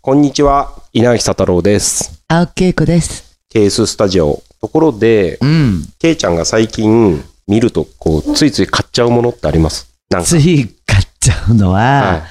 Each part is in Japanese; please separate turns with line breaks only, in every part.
こんにちは、稲垣佐太郎です。
青木恵子です。
ケーススタジオ。ところで、
うん。
ケイちゃんが最近見ると、こう、ついつい買っちゃうものってありますなんか。
つい買っちゃうの
はい
は、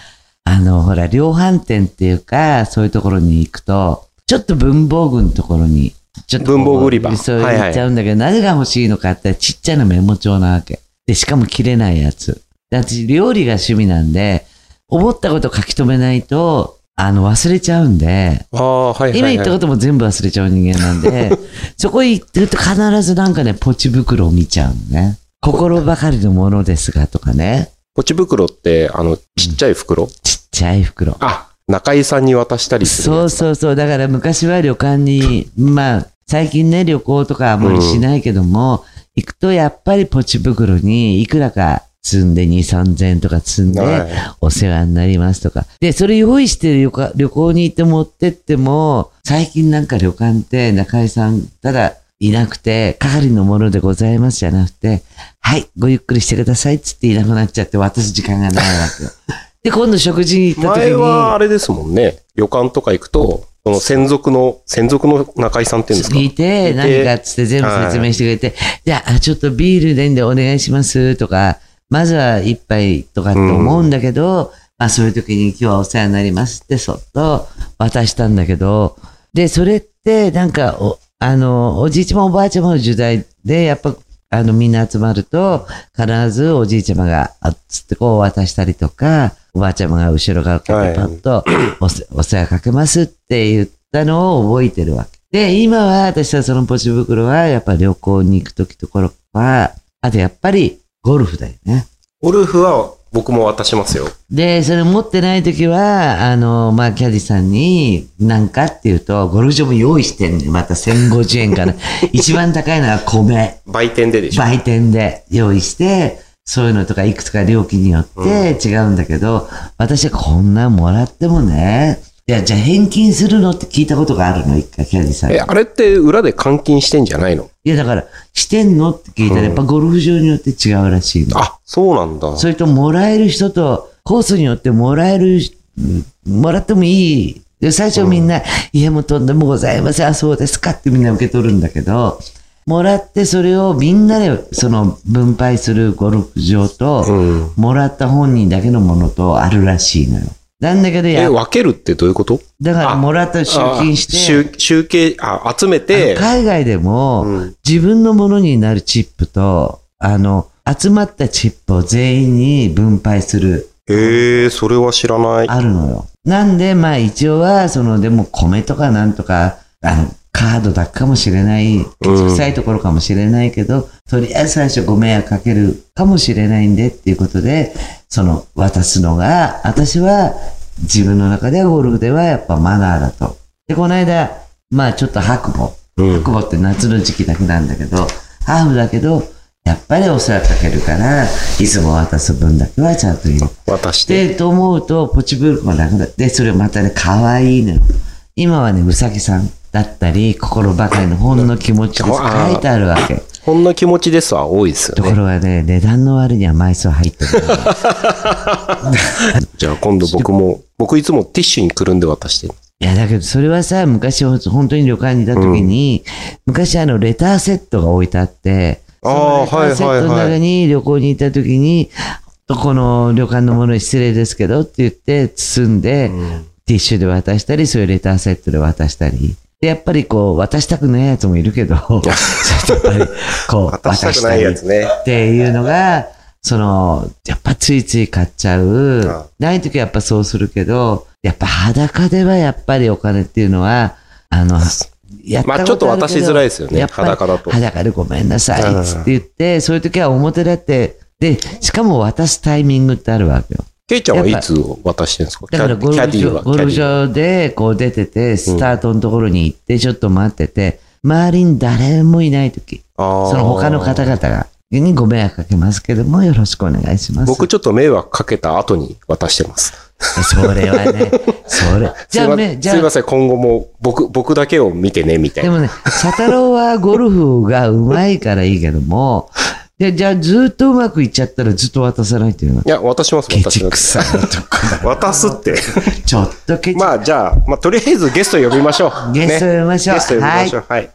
あの、ほら、量販店っていうか、そういうところに行くと、ちょっと文房具のところに、ちょっとこう
文房具売り場
そう
はいはい
行っちゃうんだけど、何が欲しいのかって、ちっちゃなメモ帳なわけ。で、しかも切れないやつ。で私、料理が趣味なんで、思ったこと書き留めないと、あの、忘れちゃうんで、
ああ、はいはい、
今
はい。
言ったことも全部忘れちゃう人間な んで、そこ行ってると必ずなんかね、ポチ袋を見ちゃうのね。心ばかりのものですがとかね、
ポチ袋って、あの、ちっちゃい袋、
ちっちゃい袋。
あ、中井さんに渡したりする。
そうそうそう、だから昔は旅館に、まあ、最近ね、旅行とかあんまりしないけども、行くとやっぱりポチ袋にいくらか積んで2、3000円とか積んで、
は
お世話になりますとか。で、それ用意して旅館旅行に行って持ってっても、最近なんか旅館って中井さん、ただいなくて、係のものでございますじゃなくて、はい、ごゆっくりしてくださいっつっていなくなっちゃって渡す時間がないわけよ。で、今度食事に
い。
行った時
前
に、
はあれですもんね。旅館とか行くと、その専属の、専属の中井さんっていうんですか
聞いて、
いて
何かっつって全部説明してくれて、じゃあ、ちょっとビールでんでお願いしますとか、まずは一杯とかって思うんだけど、まあそういう時に今日はお世話になりますってそっと渡したんだけど、で、それってなんかお、あの、おじいちゃまおばあちゃまの時代で、やっぱ、あの、みんな集まると、必ずおじいちゃまが、あっつってこう渡したりとか、おばあちゃまが後ろからこうやってパッと お世、お世話かけますって言ったのを覚えてるわけ。で、今は私はそのポチ袋は、やっぱ旅行に行くときところは、あとやっぱりゴルフだよね。
ゴルフは僕も渡しますよ。
で、それ持ってないときは、あの、まあ、キャディさんに、なんかっていうと、ゴルフ場も用意してんねまた1050円から。一番高いのは米。
売店ででしょ。
売店で用意して、そういうのとかいくつか料金によって違うんだけど、私はこんなんもらってもね、いや、じゃあ返金するのって聞いたことがあるの一回、キャディさんに
え、。あれって裏で監禁してんじゃないの
いや、だから、してんのって聞いたら、やっぱゴルフ場によって違うらしいの。
あ、そうなんだ。
それと、もらえる人と、コースによってもらえる、もらってもいい。で最初みんな、いや、もうとんでもございません。あ、そうですかってみんな受け取るんだけど、もらってそれをみんなで、その、分配するゴルフ場と、
うん。
もらった本人だけのものとあるらしいのよ。なんだけど、
え、
や、
分けるってどういうこと
だから
あ
もらった集金して、
あ集集計、あ、集めて、
海外でも、
うん
自分のものになるチップと、あの、集まったチップを全員に分配する、
へえ、それは知らない。
あるのよ。なんで、まあ一応は、その、でも米とかなんとか、あの、カードだけかもしれない、臭いところかもしれないけど、とりあえず最初ご迷惑かけるかもしれないんでっていうことで、その、渡すのが、私は自分の中ではゴルフではやっぱマナーだと。で、この間、まあちょっと白母、
うん。
白母って夏の時期だけなんだけど、ハーフだけど、やっぱりお世話かけるから、いつも渡す分だけはちゃんと入れて
渡し。
しててと思うと、ポチ袋がなくなって、それまたね、可愛いのよ。今はね、うさぎさんだったり、心ばかりのほんの気持ちです。
あー
書いてあるわけ。
ほんの気持ちですは多いですよ
とこ
ね。
ろがね、値段の割には枚数入っ てる。
じゃあ今度僕も、僕いつもティッシュにくるんで渡してる。
いや、だけどそれはさ、昔、本当に旅館にいた時に、昔あの、レターセットが置いてあって、
あー
そのレターセットの
はいはいは
中
い
に旅行に行った時に、ほんとこの旅館のものに失礼ですけどって言って包んで、ティッシュで渡したり、そういうレターセットで渡したり。で、やっぱりこう、渡したくないやつもいる けど、ちょっとやっぱり、こう、
渡したくないやつね。
っていうのが、その、やっぱついつい買っちゃ
ああ
う。ない時はやっぱそうするけど、やっぱ裸ではやっぱりお金っていうのは、あの、やったことあるけど
まあちょっと渡しづらいですよね
やっぱり
裸だと
裸でごめんなさいっつって言って、そういう時は表だって、で、しかも渡すタイミングってあるわけよ。
ケイちゃんは
や
い
っぱ
つ渡してるんですかキ
だから
ャキ
ゴル
ャデ
フ
ィ
場
は。
ゴルフ
キャディは
場でこう出てて、スタートのところに行って、ちょっと待ってて、周りに誰もいない時、
あー
その他の方々が、にご迷惑かけますけども、よろしくお願いします。
僕ちょっと迷惑かけた後に渡してます。
それはね、それ。じ
すい
ゃあ、
ま
めじ
すい
ゃ
ま
あ、
せん、今後も僕、僕だけを見てね、みたい
で
な。
もね、佐太郎はゴルフがうまいからいいけども、で、じゃあずっとうまくいっちゃったらずっと渡さないというの。
いや、渡します、
ケチ
私
くさいとかだ。
渡すって。
ちょっとケチ。
まあ、じゃあ、まあ、とりあえずゲスト呼びましょう。
ゲスト呼びましょう
ねゲスト呼びましょう。はい。